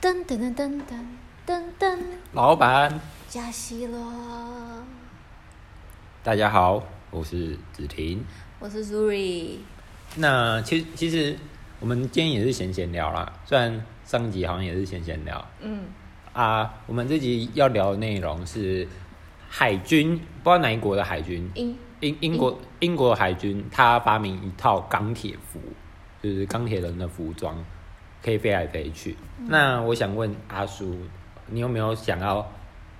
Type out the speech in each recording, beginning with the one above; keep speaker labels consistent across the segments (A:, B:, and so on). A: 噔噔噔噔噔噔噔，
B: 老板，
A: 加息了。
B: 大家好，我是子婷。
A: 我是 Zuri，
B: 那其实其实我们今天也是闲闲聊啦，虽然上集好像也是闲闲聊
A: 嗯，
B: 啊。我们这集要聊的内容是海军，不知道哪一国的海军，
A: 英
B: 英英国英国海军，他发明一套钢铁服，就是钢铁人的服装，可以飞来飞去。那我想问阿叔，你有没有想要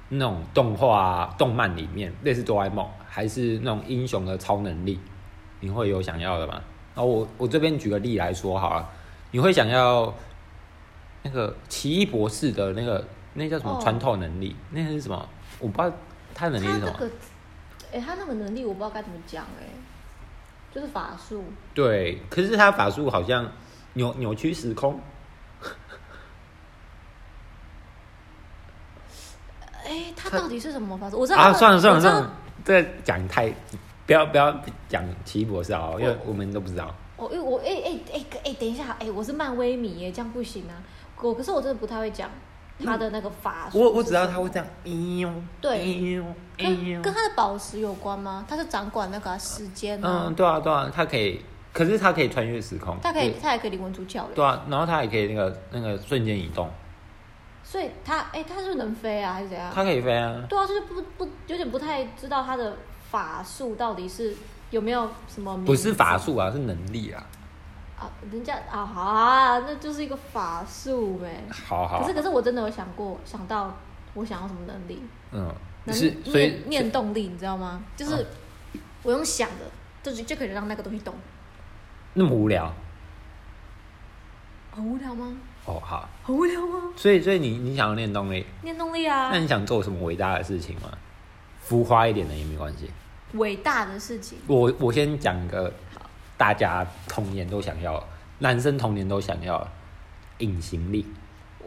B: 那种动画、动漫里面类似哆啦 A 梦，还是那种英雄的超能力？你会有想要的吗？然后我我这边举个例来说好了，你会想要那个奇异博士的那个那叫什么
A: 哦
B: 穿透能力？那个是什么？我不知道他的能力
A: 他
B: 是什
A: 那
B: 么。
A: 个，哎、他那个能力我不知道该怎么讲，哎，就是法术，
B: 对，可是他法术好像扭扭曲时空，
A: 哎、他到底是什么法术？我知道、
B: 啊，算了算
A: 我
B: 了算
A: 知
B: 了
A: 道，
B: 这讲太，不要不要讲奇异博士啊，因为
A: 我
B: 我们都不知道。
A: 哦，因为我哎哎哎哎，等一下，哎、我是漫威迷耶，这样不行啊。我可是我真的不太会讲他的那个法术、
B: 我我只要他会这样，哎呦，
A: 对
B: 哎呦，哎
A: 跟
B: 呦
A: 跟，他的宝石有关吗？他是掌管那个啊、时间啊，
B: 嗯，对啊对啊，他可以，可是他可以穿越时空，
A: 他可以
B: 对，
A: 他也可以灵魂出窍嘞。
B: 对啊，然后他也可以那个那个瞬间移动，
A: 所以他哎、他是不是能飞啊，还是怎样？
B: 他可以飞啊，
A: 对啊，就是不不有点不太知道他的法术到底是有没有什么名字
B: 不是法术啊，是能力啊。
A: 啊，人家啊好啊，那就是一个法术呗。
B: 好好啊
A: 可是，可是我真的有想过想到我想要什么能力，
B: 嗯，
A: 能
B: 是所以
A: 念念动力，你知道吗？就是
B: 嗯
A: 我用想的，就是就可以让那个东西动。
B: 那么无聊
A: 很无聊吗？
B: 哦，好，
A: 很无聊吗？
B: 所以所以你你想要念动力？
A: 念动力啊
B: 那，你想做什么伟大的事情吗？浮夸一点的也没关系。
A: 伟大的事情。
B: 我我先讲个大家童年都想要，男生童年都想要隐形力，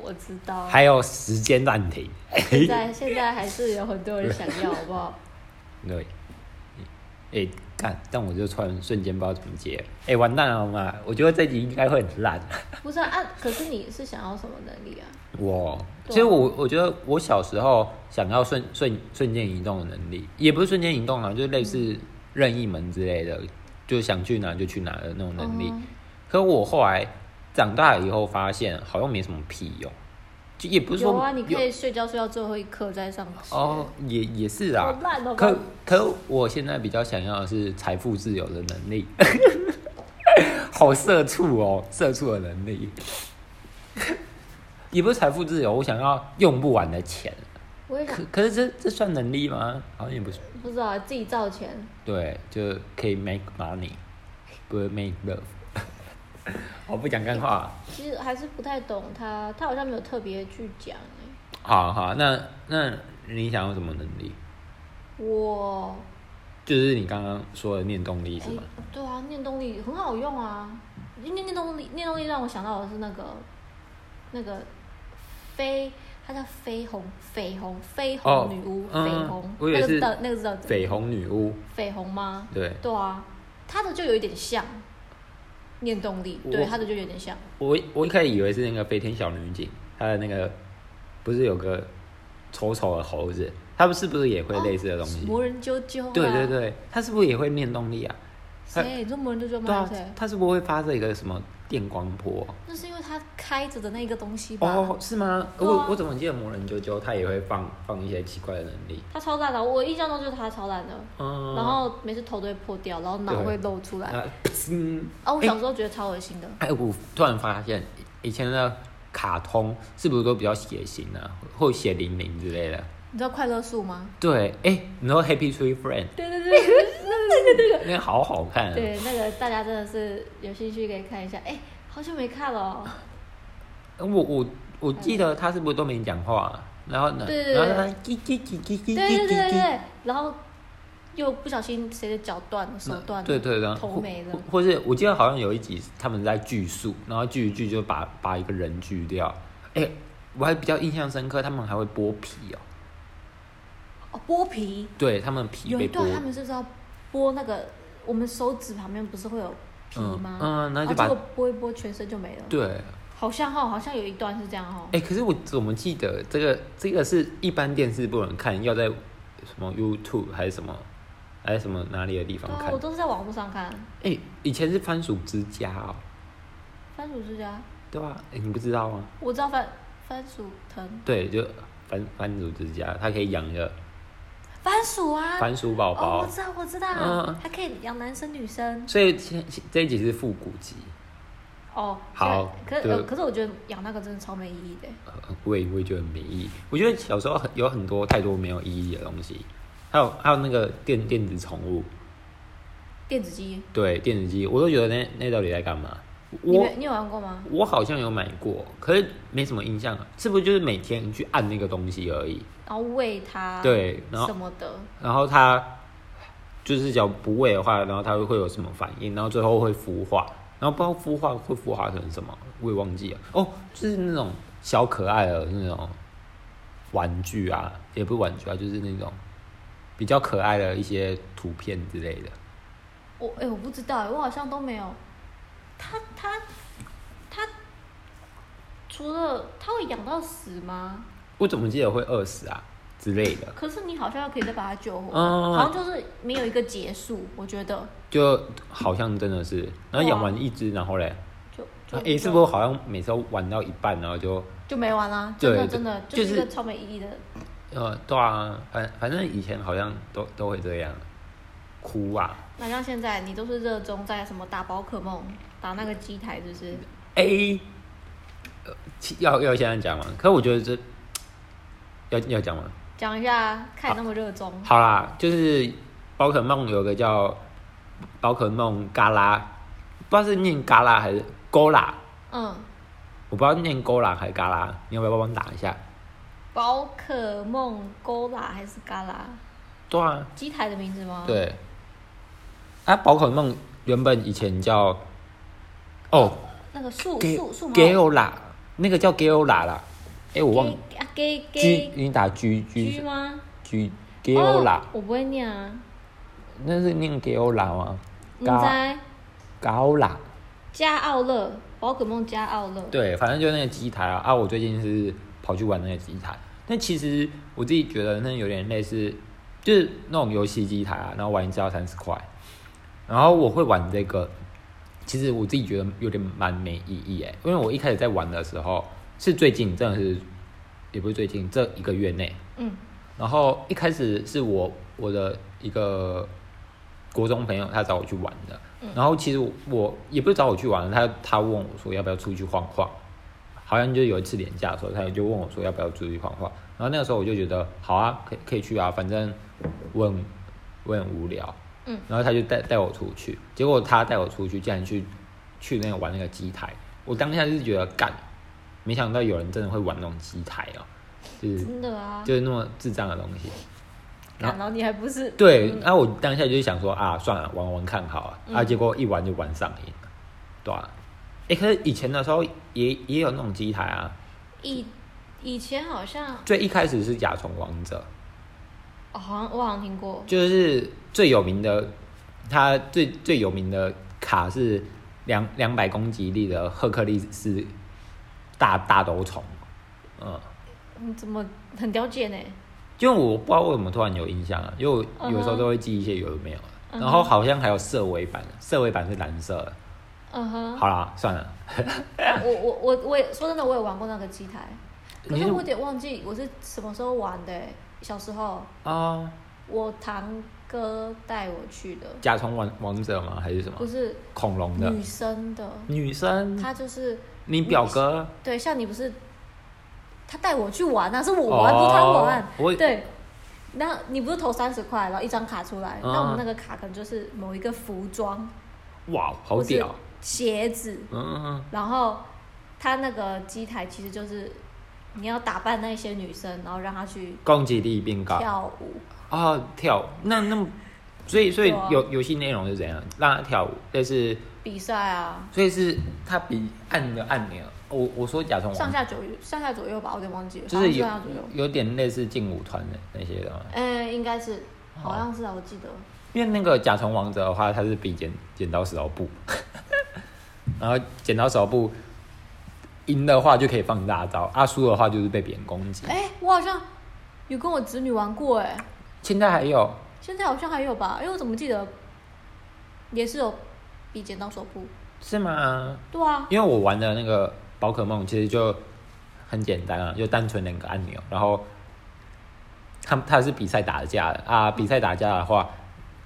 A: 我知道，
B: 还有时间暂停。
A: 现在现在还是有很多人想要，好不好？
B: 对，哎、干，但我就突然瞬间不知道怎么接。哎、完蛋了嘛！我觉得这集应该会很烂。
A: 不是啊啊，可是你是想要什么能力啊？
B: 我
A: 对啊
B: 其实我我觉得我小时候想要瞬瞬瞬间移动的能力，也不是瞬间移动啊，就是类似任意门之类的，就想去哪就去哪的那种能力。
A: 嗯
B: 可我后来长大以后发现，好像没什么屁用，就也不是说
A: 有啊，你可
B: 有
A: 以睡觉睡到最后一刻再上学。
B: 哦，也也是啊
A: 好烂哦。
B: 可可我现在比较想要的是财富自由的能 力，好社畜哦，社畜的能力， 也不是财富自由，我想要用不完的钱。
A: 我也想
B: 可可是这这算能力吗？好像也不是。
A: 不知道啊自己造钱，
B: 对，就可以 make money，不是 make love。我 不讲干话。
A: 其实还是不太懂他，他好像没有特别去讲哎、
B: 好好，那那你想要什么能力？
A: 我
B: 就是你刚刚说的念动力
A: 哎、
B: 是吗？
A: 对啊，念动力很好用啊，念念动力念动力让我想到的是那个那个飞，它叫绯红绯红绯
B: 哦
A: 红女巫
B: 嗯
A: 绯红，
B: 我以为
A: 那个
B: 是
A: 字叫那个字叫
B: 绯红女巫，
A: 绯红吗？
B: 对
A: 对啊，他的就有一点像念动力，对，
B: 我
A: 他的就有点像。
B: 我我一开始以为是那个飞天小女警，她的那个不是有个丑丑的猴子，她不是不是也会类似的东西？
A: 魔人啾啾、啊。
B: 对对。对，她是不是也会念动力啊？她
A: 谁？你说魔人啾啾
B: 对
A: 吗？
B: 啊
A: 谁、，
B: 她是不是会发射一个什么电光波？啊
A: 那是因为他开着的那个东西吧。
B: 哦，是吗？
A: 对啊
B: 我我怎么记得魔人啾啾他也会放放一些奇怪的能力？
A: 他超烂的，我印象中就是他超烂的。
B: 嗯，
A: 然后每次头都会破掉，然后脑
B: 对哎
A: 会露出来。
B: 啊，噗
A: 啊，我小时候觉得超恶心的。
B: 哎，我突然发现以前的卡通是不是都比较血腥啊，或血淋淋之类的？
A: 你知道快乐树吗？
B: 对，哎，你说 Happy Tree Friend
A: 对 对对对
B: 那个好好看、啊，
A: 对，那个大家真的是有兴趣可以看一下。哎、好久没看了哦、
B: 我我我记得他是不是都没讲话、啊然后呢，
A: 对对对
B: 然后他叽叽叽叽叽叽叽叽，
A: 对对对对对，然后又不小心谁的脚断了，手断了，
B: 对对，然后
A: 头没了
B: 或，或是我记得好像有一集他们在锯树，然后锯一锯就把把一个人锯掉。哎、我还比较印象深刻，他们还会剥皮哦，
A: 哦，剥皮。
B: 对他们皮
A: 有
B: 被
A: 一
B: 剥
A: 段他们是不是要剥那个我们手指旁边不是会有皮吗？啊
B: 嗯嗯那就
A: 然
B: 把
A: 后结果剥一剥，全身就没了。
B: 对，
A: 好像哈、好像有一段是这样哦。
B: 哎、可是我怎么记得这个这个是一般电视不能看，要在什么 YouTube 还是什么还是什么哪里的地方
A: 对啊，
B: 看
A: 我？都是在网络上看《
B: 哎、以前是番薯之家哦，
A: 番薯之家》，
B: 对
A: 啊
B: 吧、哎，你不知道吗？
A: 我知道番番薯藤，
B: 对，就番番薯之家，它可以养一个
A: 番薯啊，
B: 番薯宝
A: 哦，
B: 宝。
A: 我知道，我知道，
B: 嗯
A: 还可以养男生女生。
B: 所以现这一集是复古集，
A: 哦，
B: 好
A: 可
B: 对
A: 呃可是我觉得养那个真的超没意义的。
B: 呃，我也我也觉得很没意义。我觉得小时候很有很多太多没有意义的东西，还有还有那个电电子宠物，
A: 电子鸡，
B: 对电子机，我都觉得那那到底在干嘛？
A: 你
B: 我
A: 没你有玩过吗？
B: 我好像有买过，可是没什么印象啊，是不是就是每天去按那个东西而已？
A: 然后喂它，，
B: 对，然
A: 啊
B: 后
A: 什么的，
B: 然后它就是只要不喂的话，然后它会会有什么反应，然后最后会孵化，然后不知道孵化会孵化成什么，我也忘记了。哦，就是那种小可爱的那种玩具啊，也不是玩具啊，就是那种比较可爱的一些图片之类的。
A: 我哎、我不知道哎、我好像都没有。它它它除了它会养到死吗？
B: 我怎么记得会饿死啊之类的，
A: 可是你好像又可以再把它救活，
B: 嗯
A: 好像就是没有一个结束，我觉得
B: 就好像真的是，然后养完一只，然后嘞，
A: 就就
B: 哎、是不是好像每次都玩到一半，然后就
A: 就没完啦、真的
B: 对
A: 真的
B: 就是
A: 就是一个超没意义的。
B: 呃，对啊，反反正以前好像都都会这样，哭啊，
A: 那像现在你都是热衷在什么打宝可梦、打那个机台，就是
B: 哎、呃其要要现在讲吗？可我觉得这要要讲吗？
A: 讲一下，看你那么热衷，
B: 好啦，就是宝可梦有个叫宝可梦嘎啦，不知道是念嘎啦还是勾啦，
A: 嗯，
B: 我不知道念勾啦还是嘎啦，你要不要帮我打一下？
A: 宝可梦勾啦还是嘎啦？
B: 对啊，
A: 机台的名字吗？，
B: 对。啊，宝可梦原本以前叫哦
A: 那个数
B: 给
A: 数数码
B: 给欧啦，那个叫给欧啦啦。哎、我忘了
A: 给啊给
B: G，
A: 给
B: 你打 G
A: G
B: G
A: 吗？
B: G 给欧啦，
A: 哦我不会念啊，
B: 那是念给欧啦吗？
A: 你
B: 嘎
A: 在
B: 高啦，
A: 加奥勒，宝可梦加奥勒，
B: 对，反正就那个机台啊。啊，我最近是跑去玩那个机台，但其实我自己觉得那有点类似，就是那种游戏机台啊，然后玩一次要三十块，然后我会玩这个，其实我自己觉得有点蛮没意义哎，因为我一开始在玩的时候是最近，真的是也不是最近这一个月内，
A: 嗯
B: 然后一开始是我我的一个国中朋友，他找我去玩的。然后其实我我也不是找我去玩，他他问我说要不要出去晃晃，好像就有一次廉假的时候，他就问我说要不要出去晃晃。然后那个时候我就觉得好啊，可以可以去啊，反正我很我很无聊。
A: 嗯，
B: 然后他就带带我出去，结果他带我出去，竟然去去那个玩那个机台。我当下就是觉得干，没想到有人真的会玩那种机台哦，就是
A: 真的啊，
B: 就是那么智障的东西。然
A: 然后你还不是
B: 对，
A: 嗯
B: 那、我当下就想说啊，算了，玩玩看好啊，啊，
A: 嗯
B: 结果一玩就玩上瘾了，对啊。哎、可是以前的时候也也有那种机台啊，
A: 以以前好像
B: 最一开始是甲虫王者，
A: 哦好像我好像听过，
B: 就是最有名的，它最最有名的卡是两两百攻击力的赫克利斯大大斗虫，嗯，
A: 你怎么很了解呢？
B: 就我不知道为什么突然有印象啊，因为我有时候都会记一些有的没有的，然后好像还有色尾版，色尾版是蓝色的，
A: 嗯哼，啊
B: 好啦，算了。
A: 我我我我也说真的，我也玩过那个机台，可
B: 你
A: 是
B: 是
A: 我有点忘记我是什么时候玩的欸。小时候，
B: 啊，
A: 我堂哥带我去的，
B: 甲虫王王者吗？还是什么
A: 不是
B: 恐龙的
A: 女生的，
B: 女生？
A: 她就是
B: 你表哥？
A: 对，像你不是，他带我去玩啊，是我玩，不是他玩
B: 哦。我
A: 对，那你不是投三十块，然后一张卡出来，
B: 嗯
A: 那我们那个卡可能就是某一个服装，
B: 哇，好
A: 或是
B: 屌！
A: 鞋子，
B: 嗯嗯，嗯
A: 然后他那个机台其实就是你要打扮那些女生，然后让她去
B: 攻击力变高
A: 跳舞，
B: 啊，跳那那，所以所以
A: 对啊
B: 游游戏内容是怎样？让他跳舞，但是
A: 比赛啊，
B: 所以是他比按的按钮。我我说甲虫
A: 上
B: 王
A: 下左右，上下左右吧，我有点忘记了，
B: 哦就
A: 好像
B: 是有哦
A: 上下左右，
B: 有点类似劲舞团的那些的嘛，
A: 嗯，应该是，好像是啊，我记
B: 哦
A: 得。
B: 因为那个甲虫王者的话，它 是比剪剪刀石头布，然后剪刀石头布赢的话就可以放大招，啊输的话就是被别人攻击。
A: 哎、我好像有跟我侄女玩过哎、
B: 现在还有
A: 现在好像还有吧？因为我怎么记得也是有比剪刀手布。
B: 是吗？
A: 对啊，
B: 因为我玩的那个宝可梦其实就很简单啊，就单纯两个按钮，然后它它是比赛打架的啊，比赛打架的话，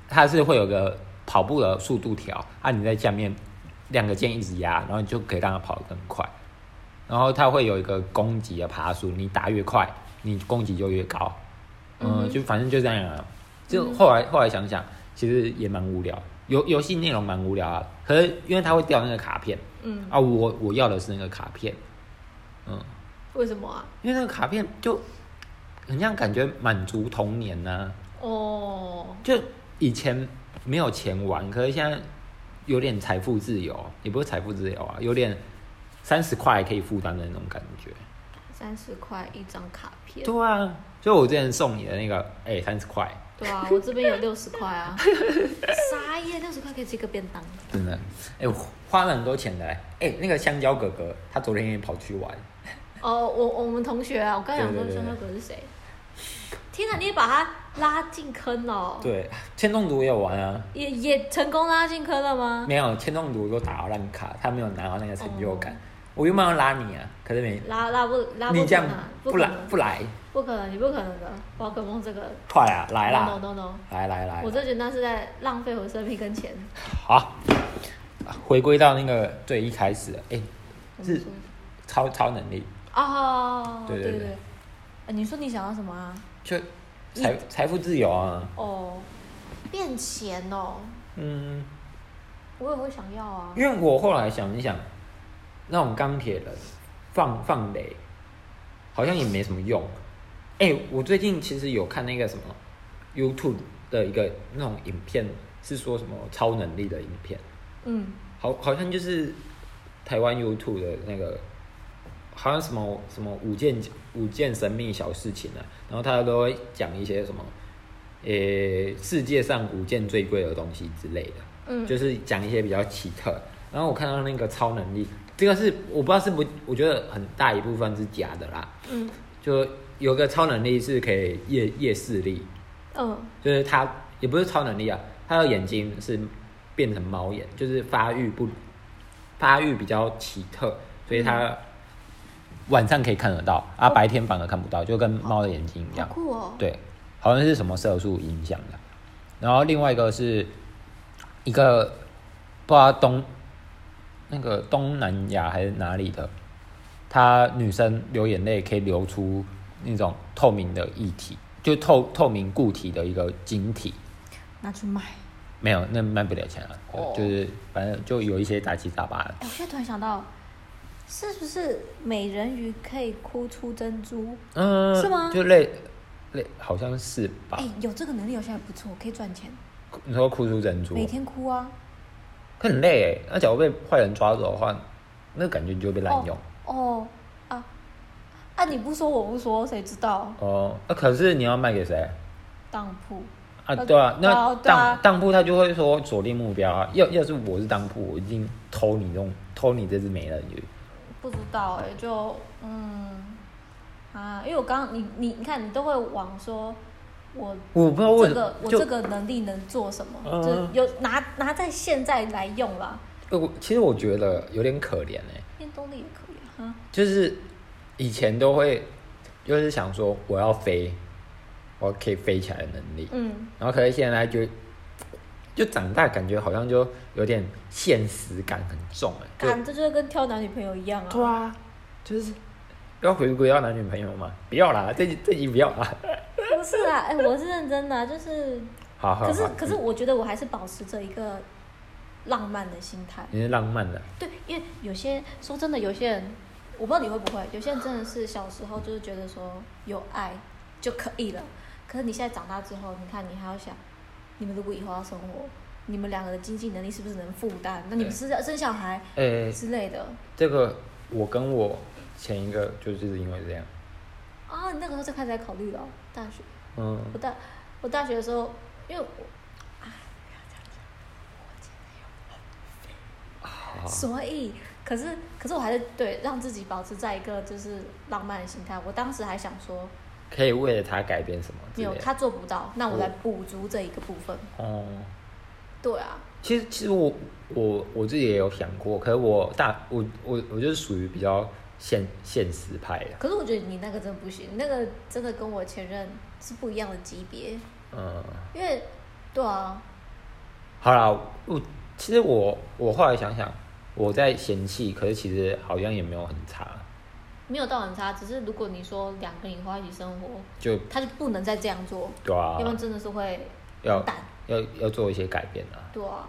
B: 它是会有个跑步的速度条啊，你在下面两个键一直压，然后你就可以让它跑得更快，然后它会有一个攻击的爬速，你打越快，你攻击就越高，嗯，就反正就这样啊。就后来后来想想，其实也蛮无聊，游游戏内容蛮无聊啊，可是因为它会掉那个卡片。
A: 嗯，
B: 啊，我我要的是那个卡片，嗯，
A: 为什么啊？
B: 因为那个卡片就很像感觉满足童年呐、
A: 哦，
B: 就以前没有钱玩，可是现在有点财富自由，也不是财富自由啊，有点三十块可以负担的那种感觉。
A: 三十块一张卡片。
B: 对啊，就我之前送你的那个，哎、三十块，
A: 对啊，我这边有六十块 啊，傻耶，六十块可以吃一个便当。
B: 真的，哎、我花了很多钱的、哎、那个香蕉哥哥，他昨天也跑去玩，
A: 哦，我我们同学啊，我刚想说
B: 对对对
A: 香蕉哥是谁？天哪，你也把他拉进坑了哦，
B: 对， 千中毒也有玩啊。
A: 也也成功拉进坑了吗？
B: 没有，千中毒都打到烂卡，他没有拿到那个成就感。我原本要拉你啊，可是没，
A: 拉拉不哦拉不
B: 你这样
A: 进啊
B: 不
A: 不
B: 来
A: 可能
B: 不来，
A: 不可能，你不可能的，宝可梦这个
B: 快啊，来
A: no
B: 啦，
A: no no，
B: 来来来
A: 我，这觉得那是在浪费我生命跟钱。
B: 好，回归到那个最一开始的，哎、
A: 我
B: 是
A: 们说
B: 超超能力，
A: 哦，
B: 对对
A: 对
B: 对
A: 对，呃你说你想要什么啊？
B: 就财财富自由啊，
A: 哦，变钱哦，
B: 嗯，
A: 我也会想要啊。
B: 因为我后来想一想，那种钢铁人放放雷，好像也没什么用。哎、我最近其实有看那个什么 YouTube 的一个那种影片，是说什么超能力的影片，
A: 嗯，
B: 好好像就是台湾 YouTube 的那个，好像什么什么五件五件神秘小事情啊，然后他都会讲一些什么，呃、世界上五件最贵的东西之类的。
A: 嗯
B: 就是讲一些比较奇特。然后我看到那个超能力，这个是我不知道是不，我觉得很大一部分是假的啦。
A: 嗯
B: 就有个超能力是可以夜夜视力，
A: 嗯
B: 就是他也不是超能力啊，他的眼睛是变成猫眼，就是发育不发育比较奇特，所以
A: 嗯
B: 他晚上可以看得到，啊，白天反而看不到，就跟猫的眼睛一
A: 哦好
B: 样。
A: 酷哦。
B: 对，好像是什么色素影响的。然后另外一个是一个不知道东那个东南亚还是哪里的，她女生流眼泪可以流出那种透明的液体，就透透明固体的一个晶体。
A: 拿去卖。
B: 没有，那卖不了钱了、对
A: 哦
B: 就是反正就有一些杂七杂八的。
A: 哎，我现在突然想到，是不是美人鱼可以哭出珍珠？
B: 嗯，
A: 是吗
B: 就类类好像是吧？
A: 哎，有这个能力，我现在不错，可以赚钱，
B: 你说哭出珍珠，哦
A: 每天哭啊。
B: 可很累哎。那假如被坏人抓走的话，那感觉你就会被滥用。
A: 哦哦啊啊！你不说我不说，谁知道？
B: 哦，那、可是你要卖给谁？
A: 当铺
B: 啊，
A: 呃
B: 对啊，那
A: 对啊对
B: 当、
A: 啊
B: 当铺他就会说锁定目标啊。要要是我是当铺，我一定偷你这种偷你这只美人鱼。
A: 不知道哎、就嗯啊，因为我刚刚你你你看，你都会往说我
B: 我不知道为
A: 这
B: 什么
A: 个，我
B: 就
A: 这个能力能做什么，
B: 嗯
A: 就有拿拿在现在来用啦。
B: 呃我其实我觉得有点可怜哎、
A: 念动力也可以啊哈，
B: 就是以前都会就是想说我要飞，我可以飞起来的能力，
A: 嗯，
B: 然后可是现在就就长大，感觉好像就有点现实感很重哎、就
A: 干这就是跟挑男女朋友一样啊。
B: 对啊，就是要回归到男女朋友嘛，不要啦，这集这集不要啦。
A: 不是啊，哎、我是认真的啊、就是，
B: 好好好，
A: 可是可是我觉得我还是保持着一个浪漫的心态。
B: 你是浪漫的，
A: 对，因为有些说真的，有些人我不知道你会不会，有些人真的是小时候就是觉得说有爱就可以了，可是你现在长大之后，你看你还要想，你们如果以后要生活，你们两个的经济能力是不是能负担？那你们
B: 对
A: 是要生小孩
B: 呃、
A: 之类的
B: 这个我跟我前一个就是因为这样，
A: 啊？你那个时候就开始在考虑了哦，大学
B: 嗯，
A: 我大我大学的时候，因为我
B: 好，啊
A: 所以，可是可是我还是对让自己保持在一个就是浪漫的心态。我当时还想说，
B: 可以为了他改变什么之
A: 没
B: 类
A: 有
B: 的。
A: 他做不到，那我来补足这一个部分。
B: 哦、
A: 对啊，
B: 其实其实我我我自己也有想过，可是我大我我我就是属于比较现现实派的，
A: 可是我觉得你那个真的不行，你那个真的跟我前任是不一样的级别，
B: 嗯，
A: 因为对啊，
B: 好啦，我其实我我后来想想，我在嫌弃，可是其实好像也没有很差，
A: 没有到很差，只是如果你说两个人以后一起生活，
B: 就
A: 他就不能再这样做，
B: 对啊
A: 要不，然真的是会
B: 要
A: 淡。
B: 要要做一些改变啊。
A: 对啊，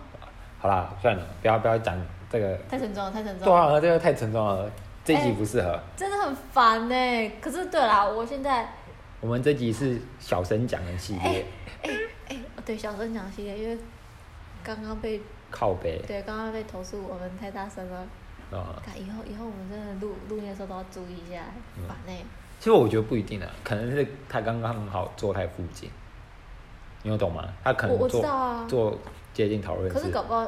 B: 好啦，算了，不要不要讲这个，
A: 太沉重了，太沉重
B: 对
A: 了，
B: 啊，这个太沉重了，这集
A: 哎
B: 不适合。
A: 真的很烦呢、可是对啦，我现在
B: 我们这集是小声讲的系列，
A: 哎哎、对小声讲系列，因为刚刚被
B: 靠背
A: 对刚刚被投诉我们太大声了，
B: 啊、
A: 看以后以后我们真的录录音的时候都要注意一下，很
B: 嗯
A: 烦欸呢、
B: 其实我觉得不一定啊，可能是他刚刚好坐太附近，你有懂吗？他可能
A: 我我
B: 做
A: 知道啊
B: 做接近讨论
A: 可是搞不好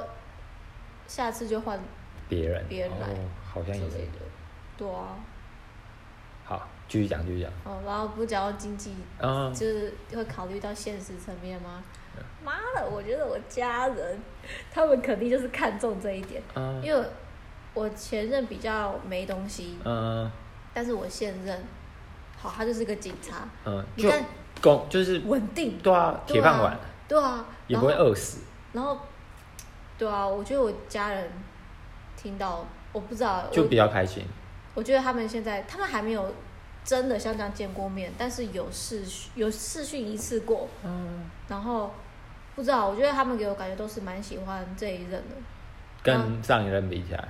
A: 下次就换
B: 别人，
A: 别人来
B: 哦，好像
A: 之
B: 也是
A: 类。的。对啊，
B: 好，继续讲，继续讲。
A: 哦，然后不讲到经济，
B: 嗯，
A: 就是会考虑到现实层面吗？妈的，我觉得我家人他们肯定就是看重这一点，
B: 嗯
A: 因为我前任比较没东西，
B: 嗯
A: 但是我现任，好，他就是个警察，
B: 嗯，
A: 你
B: 就
A: 看
B: 公就是
A: 稳定，
B: 对啊，铁
A: 对啊
B: 饭碗
A: 对啊，
B: 也
A: 然
B: 不
A: 后
B: 会饿死。
A: 然后，对啊，我觉得我家人听到，我不知道，
B: 就
A: 我
B: 比较开心。
A: 我觉得他们现在他们还没有真的像这样见过面，但是有试有试训一次过，
B: 嗯，
A: 然后不知道，我觉得他们给我感觉都是蛮喜欢这一任的，
B: 跟上一任比起来，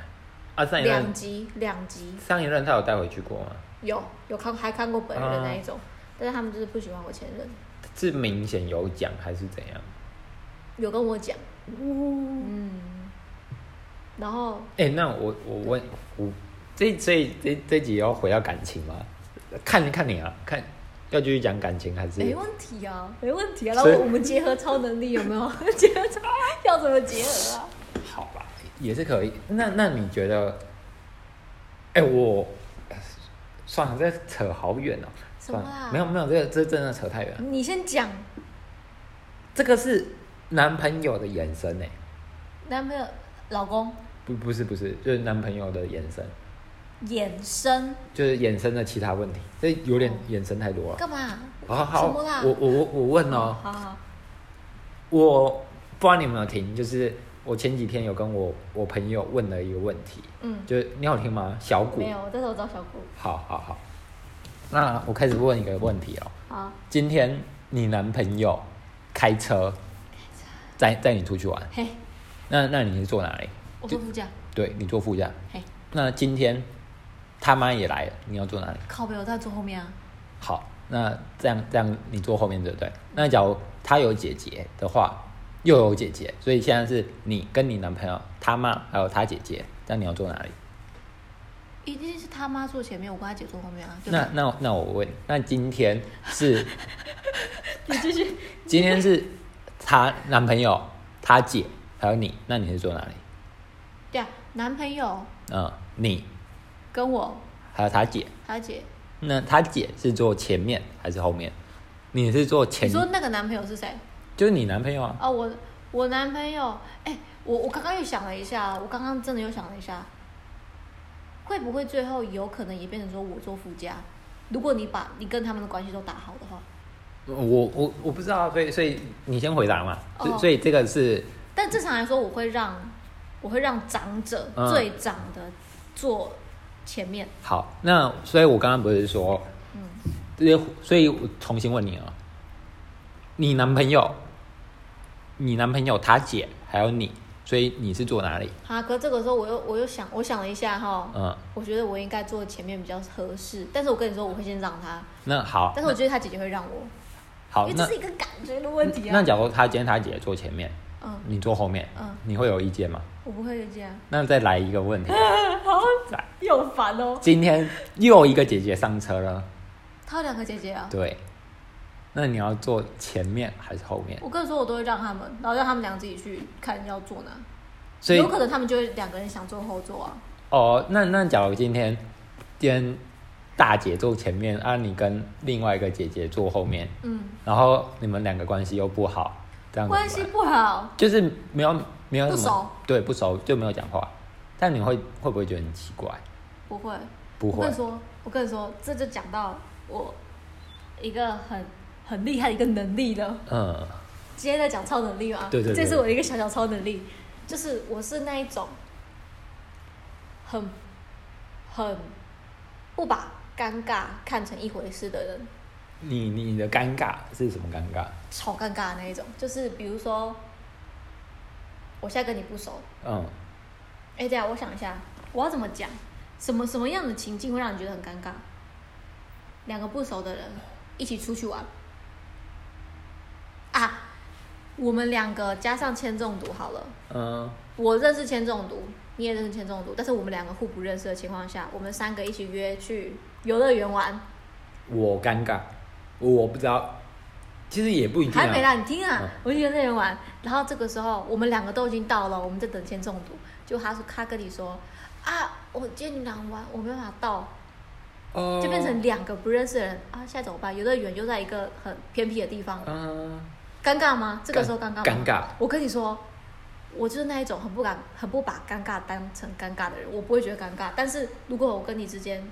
B: 啊，上一
A: 两
B: 任
A: 集两集
B: 上一任他有带回去过吗？
A: 有有看还看过本人的
B: 啊
A: 那一种，但是他们就是不喜欢我前任，
B: 是明显有奖还是怎样？
A: 有跟我讲，
B: 哦
A: 嗯，然后
B: 哎、那我我问我这这这这集要回到感情吗？看看你啊，看要继续讲感情还是？
A: 没问题啊，没问题啊，然
B: 所
A: 后
B: 以
A: 我们结合超能力有没 有？结合超要怎么结合 啊？
B: 好吧，也是可以。那那你觉得？哎、我算了，这扯好远哦、
A: 什么啊
B: 算了
A: 啦
B: 没有没有，这个这真的扯太远了。
A: 你先讲，
B: 这个是男朋友的眼神哎、
A: 男朋友、老公
B: 不不是不是，就是男朋友的眼神，
A: 衍生
B: 就是衍生的其他问题，这有点
A: 哦
B: 衍生太多了。
A: 干嘛？
B: 好好，
A: 什么啦
B: 我我我我问哦、
A: 好好，
B: 我不知道你有没有听，就是我前几天有跟我我朋友问了一个问题，
A: 嗯，
B: 就是你有听吗？小谷
A: 没，有，我这时候找小姑，
B: 好好好，那我开始问一个问题哦、
A: 好，
B: 今天你男朋友开车载载你出去玩，
A: 嘿，
B: 那那你是坐哪里？
A: 我坐副驾，
B: 对你坐副驾。
A: 啊嘿，
B: 那今天他妈也来了，你要坐哪里？
A: 靠背我在坐后面啊，
B: 好，那这样这样你坐后面对不对？那假如他有姐姐的话，又有姐姐，所以现在是你跟你男朋友、他妈还有他姐姐，那你要坐哪里？
A: 一定是他妈坐前面，我跟他姐坐后面啊，对
B: 那
A: 吧？
B: 那那我问，那今天是
A: 你继续，
B: 今天是她男朋友、她姐还有你，那你是坐哪里？
A: 对啊，男朋友
B: 嗯，你
A: 跟我
B: 还有她姐，
A: 他姐，
B: 那她姐是坐前面还是后面？你是坐
A: 你
B: 前，
A: 说那个男朋友是谁？
B: 就是你男朋友啊？
A: 哦，我我男朋友，哎、我我刚刚又想了一下，我刚刚真的又想了一下，会不会最后有可能也变成说我做副驾？如果你把你跟他们的关系都打好的话，
B: 我我我不知道啊，所以所以你先回答嘛。所以
A: 哦
B: 所以这个是
A: 但正常来说，我会让我会让长者、
B: 嗯
A: 最长的坐前面，
B: 好，那所以我刚刚不是说，
A: 嗯，
B: 这些，所以我重新问你啊，你男朋友，你男朋友他姐还有你，所以你是坐哪里？
A: 好、啊。可这个时候我又我又想我想了一下哈，
B: 嗯，
A: 我觉得我应该坐前面比较合适，但是我跟你说我会先让他，
B: 那好，
A: 但是我觉得他姐姐会让我，
B: 好，
A: 因为
B: 那
A: 哎这是一个感觉的问题啊。
B: 那假如他今天他姐坐前面，
A: 嗯，
B: 你坐后面，
A: 嗯
B: 你会有意见吗？
A: 我不会这样。
B: 那再来一个问题，
A: 好又烦哦。
B: 今天又一个姐姐上车了，
A: 他有两个姐姐啊，
B: 对，那你要坐前面还是后面？
A: 我跟你说，我都会让他们，然后让他们俩自己去看要坐哪。
B: 所以
A: 有可能他们就会两个人想坐后座啊。
B: 哦，那那假如今天今天大姐坐前面啊，你跟另外一个姐姐坐后面，
A: 嗯，
B: 然后你们两个关系又不好，这样怎么
A: 关
B: 办
A: 系不好，
B: 就是没有没有
A: 不
B: 什
A: 熟
B: 么对不熟就没有讲话，但你会会不会觉得很奇怪？
A: 不会。
B: 不
A: 我
B: 会
A: 跟你，说，我跟你说，这就讲到我一个很很厉害的一个能力了。
B: 嗯，
A: 今天在讲超能力嘛，
B: 对对对
A: 这是我一个小小超能力，就是我是那一种很很不把尴尬看成一回事的人，
B: 你你的尴尬是什么尴尬？
A: 超尴尬的那一种。就是比如说，我现在跟你不熟，
B: 嗯，
A: 哎，对啊，我想一下，我要怎么讲？什么什么样的情境会让你觉得很尴尬？两个不熟的人一起出去玩啊，我们两个加上铅中毒好了。
B: 嗯，
A: 我认识铅中毒，你也认识铅中毒，但是我们两个互不认识的情况下，我们三个一起约去游乐园玩，
B: 我尴尬，我不知道，其实也不一定、啊。
A: 还没啦，你听啊
B: 嗯，
A: 我们去游乐园玩，然后这个时候我们两个都已经到了，我们在等铅中毒，就他说他跟你说啊，我今天你们俩玩，我没办法到，
B: 哦，
A: 就变成两个不认识的人啊，现在怎么办？游乐园又在一个很偏僻的地方，
B: 嗯，
A: 尴尬吗？这个时候尴尬吗？
B: 尴尬。
A: 我跟你说，我就是那一种很不敢、很不把尴尬当成尴尬的人，我不会觉得尴尬。但是如果我跟你之间，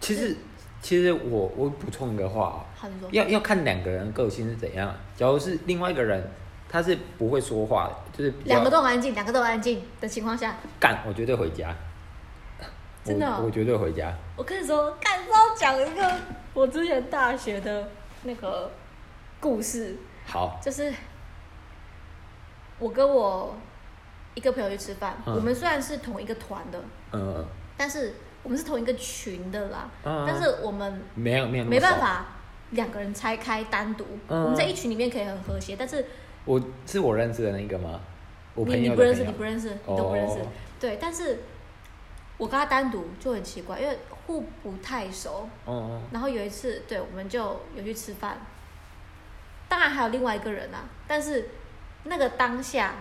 B: 其实其实我我补充一个话、哦，
A: 好，你说，
B: 要要看两个人个性是怎样。假如是另外一个人，他是不会说话的，就是比较
A: 两个都很安静，两个都很安静的情况下，
B: 干，我绝对回家。
A: 真的哦
B: 我，我绝对回家。
A: 我跟你说，看，要讲一个我之前大学的那个故事，
B: 好，
A: 就是我跟我一个朋友去吃饭，
B: 嗯
A: 我们虽然是同一个团的，
B: 嗯，
A: 但是我们是同一个群的啦，
B: 嗯
A: 但是我们
B: 没有没有，
A: 没办。法，两个人拆开单独，
B: 嗯
A: 我们在一群里面可以很和谐，但是
B: 我是我认识的那个吗？我朋
A: 你你
B: 友的
A: 不
B: 朋
A: 认识，你
B: 友
A: 不认识，你都不认识，
B: 哦
A: 对，但是我跟他单独就很奇怪，因为互不太熟。
B: 哦，
A: 然后有一次，对，我们就有去吃饭，当然还有另外一个人啊，但是那个当下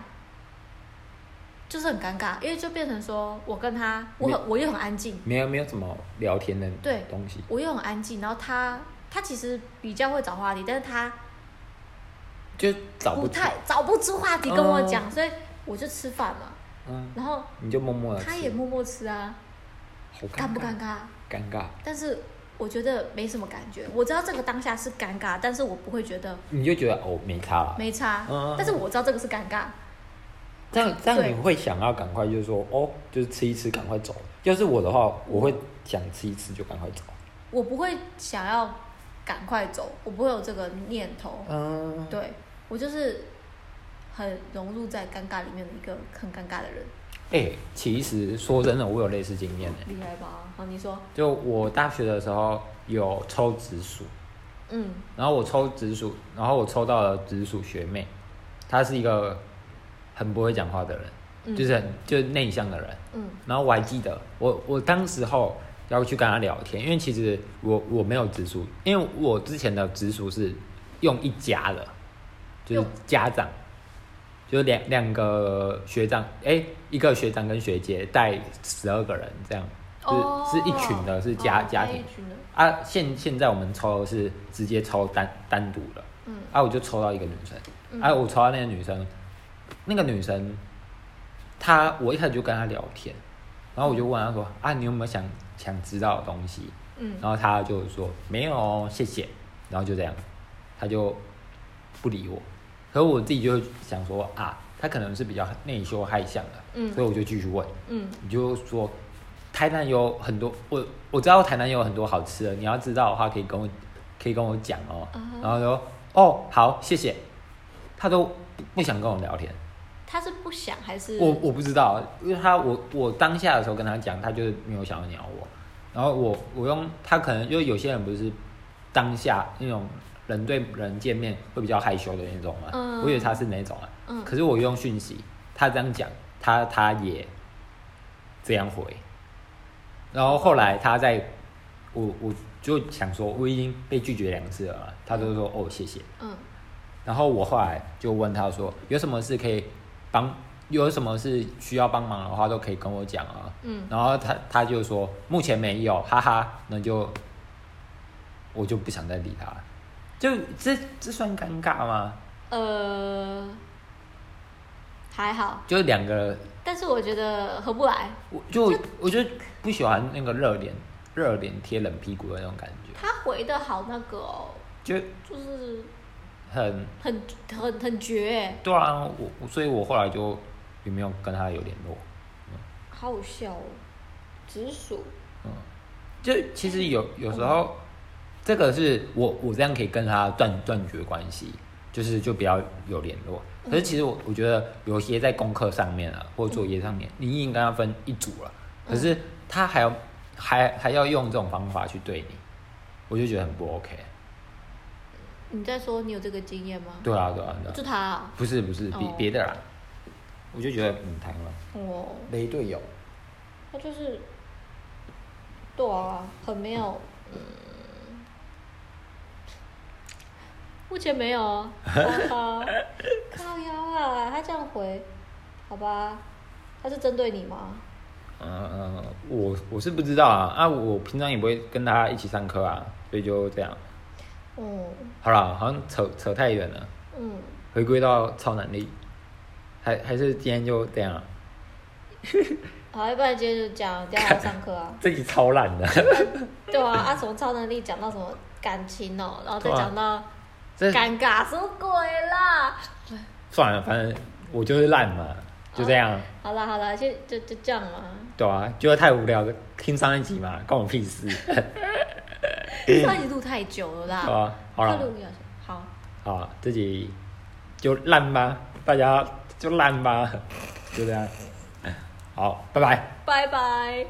A: 就是很尴尬，因为就变成说我跟他，我很我又很安静，
B: 没有没有什么聊天的
A: 对
B: 东西。
A: 我又很安静，然后他他其实比较会找话题，但是他
B: 就找
A: 不
B: 出
A: 太找不出话题跟我
B: 哦
A: 讲，所以我就吃饭嘛，
B: 嗯，
A: 然后
B: 你就默默的
A: 他也默默吃啊，
B: 好
A: 尴
B: 尴
A: 不
B: 尬
A: 尴，尬？
B: 尴尬，
A: 但是我觉得没什么感觉，我知道这个当下是尴尬，但是我不会觉得
B: 你就觉得哦没差了。
A: 没差
B: 嗯嗯嗯，
A: 但是我知道这个是尴尬，
B: 这样这样
A: 对
B: 你会想要赶快就是说哦，就是吃一吃赶快走。要是我的话，我会想吃一吃就赶快走。
A: 我不会想要赶快走，我不会有这个念头，
B: 嗯，
A: 对我就是很融入在尴尬里面的一个很尴尬的人，
B: 哎，其实说真的，我有类似经验诶。
A: 厉害吧？好，你说，
B: 就我大学的时候有抽直属，
A: 嗯
B: 然后我抽直属，然后我抽到了直属学妹，她是一个很不会讲话的人，
A: 嗯
B: 就是很就是内向的人。
A: 嗯
B: 然后我还记得，我我当时候要去跟她聊天，因为其实我我没有直属，因为我之前的直属是用一家的，就是
A: 用
B: 家长，就是两两个学长，哎，一个学长跟学姐带十二个人这样，就是、
A: 哦
B: 是一群的，是家、
A: 哦
B: 家庭
A: 一。群的，
B: 啊，现现在我们抽的是直接抽单单独的，
A: 嗯
B: 啊，我就抽到一个女生，
A: 嗯
B: 啊，我抽到那个女生，那个女生，她我一开始就跟她聊天，然后我就问她说啊，你有没有想想知道的东西？
A: 嗯
B: 然后她就说没有哦，谢谢，然后就这样，她就不理我，可是我自己就会想说啊，她可能是比较内羞害羞的，
A: 嗯
B: 所以我就继续问，
A: 嗯
B: 你就说台南有很多，我我知道台南有很多好吃的，你要知道的话可以跟我可以跟我讲哦。
A: 啊哈
B: 然后就哦好谢谢，他都不不想跟我聊天，
A: 他是不想还是
B: 我我不知道，因为他我我当下的时候跟他讲，他就是没有想要鸟我，然后我我用他可能就有些人不是当下那种人对人见面会比较害羞的那种嘛，
A: 嗯
B: 我以为他是那种啊，
A: 嗯
B: 可是我用讯息，他这样讲，他他也这样回，然后后来他在我我就想说我已经被拒绝两次了嘛，他都说哦谢谢，
A: 嗯
B: 然后我后来就问他说，有什么事可以帮有什么是需要帮忙的话，都可以跟我讲啊。
A: 嗯，
B: 然后他他就说目前没有，哈哈，那就我就不想再理他了。就这这算尴尬吗？
A: 呃，还好，
B: 就两个，
A: 但是我觉得合不来。
B: 我就我就不喜欢那个热脸热脸贴冷屁股的那种感觉，
A: 他回的好那个哦，
B: 就
A: 就是
B: 很
A: 很很很绝欸，
B: 对啊，我我所以我后来就也没有跟他有联络。
A: 好好笑哦，直属。
B: 嗯，就其实有有时候，这个是我我这样可以跟他断断绝关系，就是就不要有联络。可是其实我我觉得有些在功课上面啊，或作业上面，你已经跟他分一组了，可是他还要还还要用这种方法去对你，我就觉得很不 OK。
A: 你在说你有这个经验吗？
B: 对啊，对啊，对啊
A: 就他啊、
B: 不是不是别
A: 哦
B: 别的啦，我就觉得嗯很贪了，
A: 哦，
B: 雷队友。
A: 他就是，对啊，很没有，嗯，目前没有啊，哈哈，靠腰啊，他这样回，好吧，他是针对你吗？
B: 嗯，我我是不知道啊，啊，我平常也不会跟他一起上课啊，所以就这样。
A: 嗯
B: 好了，好像扯扯太远了，
A: 嗯，
B: 回归到超能力，还还是今天就这样、啊，
A: 好，要不然今天就讲，等一下还要上课
B: ，
A: 啊
B: 这集超烂的，
A: 对啊，啊，从超能力讲到什么感情哦，然后再
B: 对啊
A: 讲到
B: 这
A: 尴尬，什么鬼啦？
B: 算了，反正我就是烂嘛，就这样，
A: 好啦好啦，就就就这样 啦。
B: 对啊，就是太无聊了，听上一集嘛，关我屁事，
A: 上一集录太久了啦，
B: 对啊，好
A: 快录
B: 了，
A: 一个小时好，
B: 好啦，这集就烂吧，大家就烂吧，就这样，好，拜拜。
A: 拜拜。